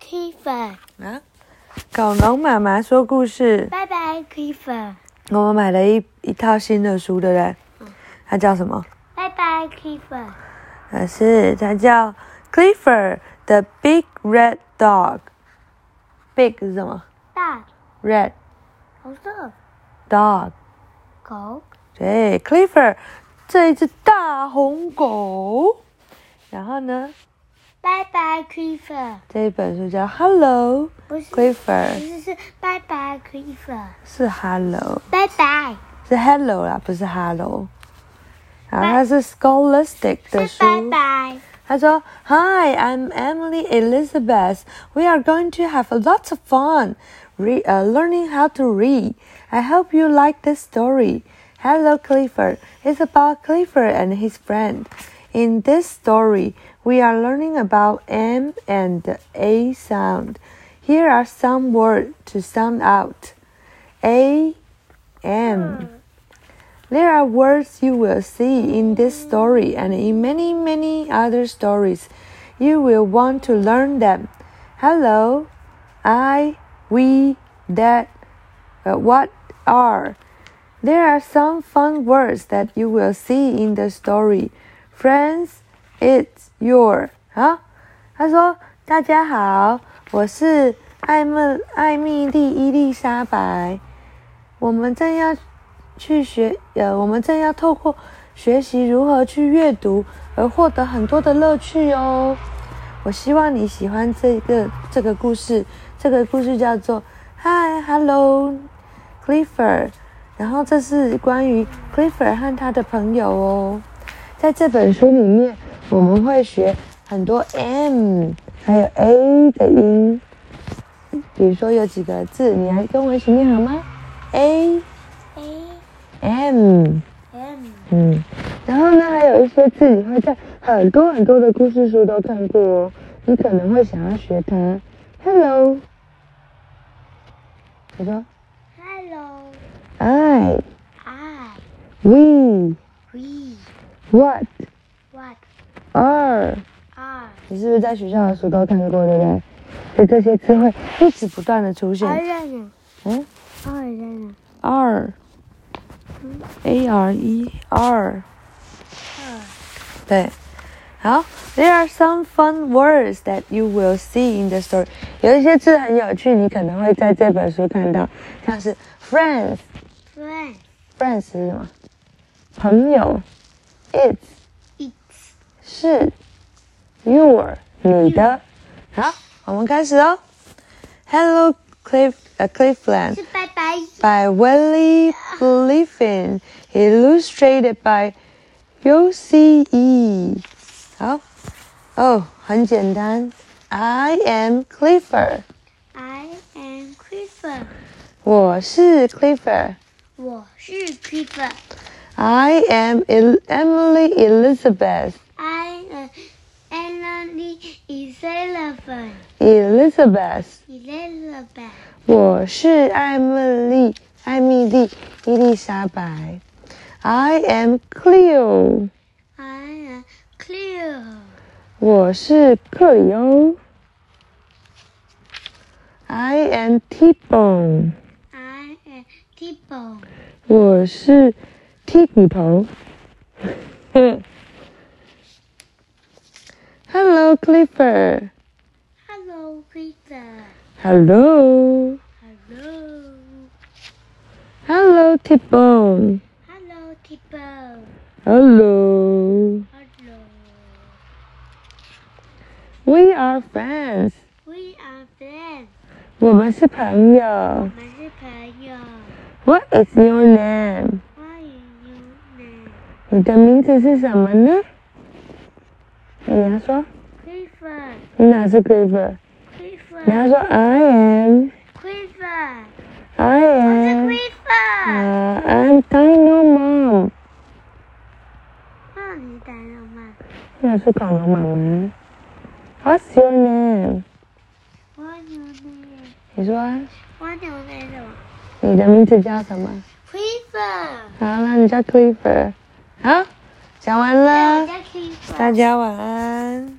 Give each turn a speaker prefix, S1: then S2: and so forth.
S1: Kevin，
S2: 啊！恐龙妈妈说故事，
S1: 拜拜 Kevin，
S2: 我们买了一一套新的书，对不对？它叫什么？
S1: 拜拜 Kevin，
S2: 呃，是它叫 Clifford the Big Red Dog。Big 是什么
S1: 大
S2: ？Red
S1: 红色
S2: Dog。
S1: 狗，
S2: 对，Clifford 这一只大红狗。然后呢，
S1: 拜拜 Kevin，
S2: 这一本书叫 Hello
S1: 不是，不
S2: Clifford，
S1: 是是拜拜 Kevin，
S2: 是 Hello。
S1: 拜拜，
S2: 是 Hello 啦，不是 Hello。然后它是 Scholastic 的
S1: 是
S2: 书，
S1: 拜拜，
S2: 他说：“Hi, I'm Emily Elizabeth. We are going to have lots of fun re- uh, learning how to read. I hope you like this story. Hello, Clifford. It's about Clifford and his friend. In this story, we are learning about M and the A sound. Here are some words to sound out. A, M. There are words you will see in this story and in many, many other stories. You will want to learn them. Hello, I, we, that, uh, what, are. There are some fun words that you will see in the story. Friends, it's your. 啊，他说：“大家好，我是艾梦艾米丽伊丽莎白。我们正要去学，呃，我们正要透过学习如何去阅读而获得很多的乐趣哦。我希望你喜欢这个这个故事，这个故事叫做《Hi Hello Clifford》，然后这是关于 Clifford 和他的朋友哦。在这本书里面，我们会学很多 M 还有 A 的音，比如说有几个字，你来跟我一起念好吗？A
S1: A
S2: M，
S1: M
S2: 嗯，然后呢，还有一些字你会在很多很多的故事书都看过哦，你可能会想要学它。Hello，你说
S1: Hello
S2: I
S1: I
S2: we
S1: we
S2: what
S1: what
S2: are，
S1: are
S2: 你是不是在学校的书都看过，对不对？所以这些词汇一直不断的出
S1: 二
S2: 现。
S1: 人呢？
S2: 嗯
S1: 二人呢？
S2: ，R A R E R，
S1: 二
S2: 对。好，There are some fun words that you will see in the story。有一些字很有趣，你可能会在这本书看到，像是 friends，friends
S1: friend
S2: 是什么？朋友，it
S1: it's
S2: 是 your 你的。好，我们开始哦。Hello Cliff，呃、Cliffland
S1: 是拜拜
S2: by Willie Bliffin, illustrated by Yosie. 好，哦，很简单。I am Clifford，
S1: I am Clifford，
S2: 我是 Clifford。
S1: 我是 Clifford。
S2: I am El- Emily Elizabeth
S1: I uh, Emily is elephant.
S2: Elizabeth，
S1: Elephant.
S2: 我是艾茉莉艾米丽伊丽莎白。I am Cleo，
S1: I am clear.
S2: 我是克里欧。I am T-bone，
S1: I uh, am T-bone.
S2: 我是 T 骨头。Hello Clifford。
S1: Hello, Peter.
S2: Hello。
S1: Hello.
S2: Hello T-bone。
S1: Hello, T-bone.
S2: Hello。
S1: Hello.
S2: We are friends。
S1: We are friends.
S2: 我们是朋友。
S1: 我们是朋友。
S2: What is your name？
S1: 欢迎 you 呢
S2: 你的名字是什么呢？你要说，
S1: ，Clifford.
S2: 你哪是 Clifford？你
S1: Clifford.
S2: 要说 I am。
S1: Clifford.
S2: I
S1: 我是
S2: am.
S1: Clifford.
S2: Uh, I'm Dino Mom.
S1: 那你打扰吗？
S2: 那是恐龙妈妈。What's your name？
S1: 蜗牛呢？
S2: 你说啊
S1: 蜗牛呢？什么？
S2: 你的名字叫什么？
S1: Creeper，
S2: 好了，你叫 Clifford。好，讲完
S1: 对，我 Tá
S2: 了，
S1: 叫 Creeper。
S2: 大家晚安。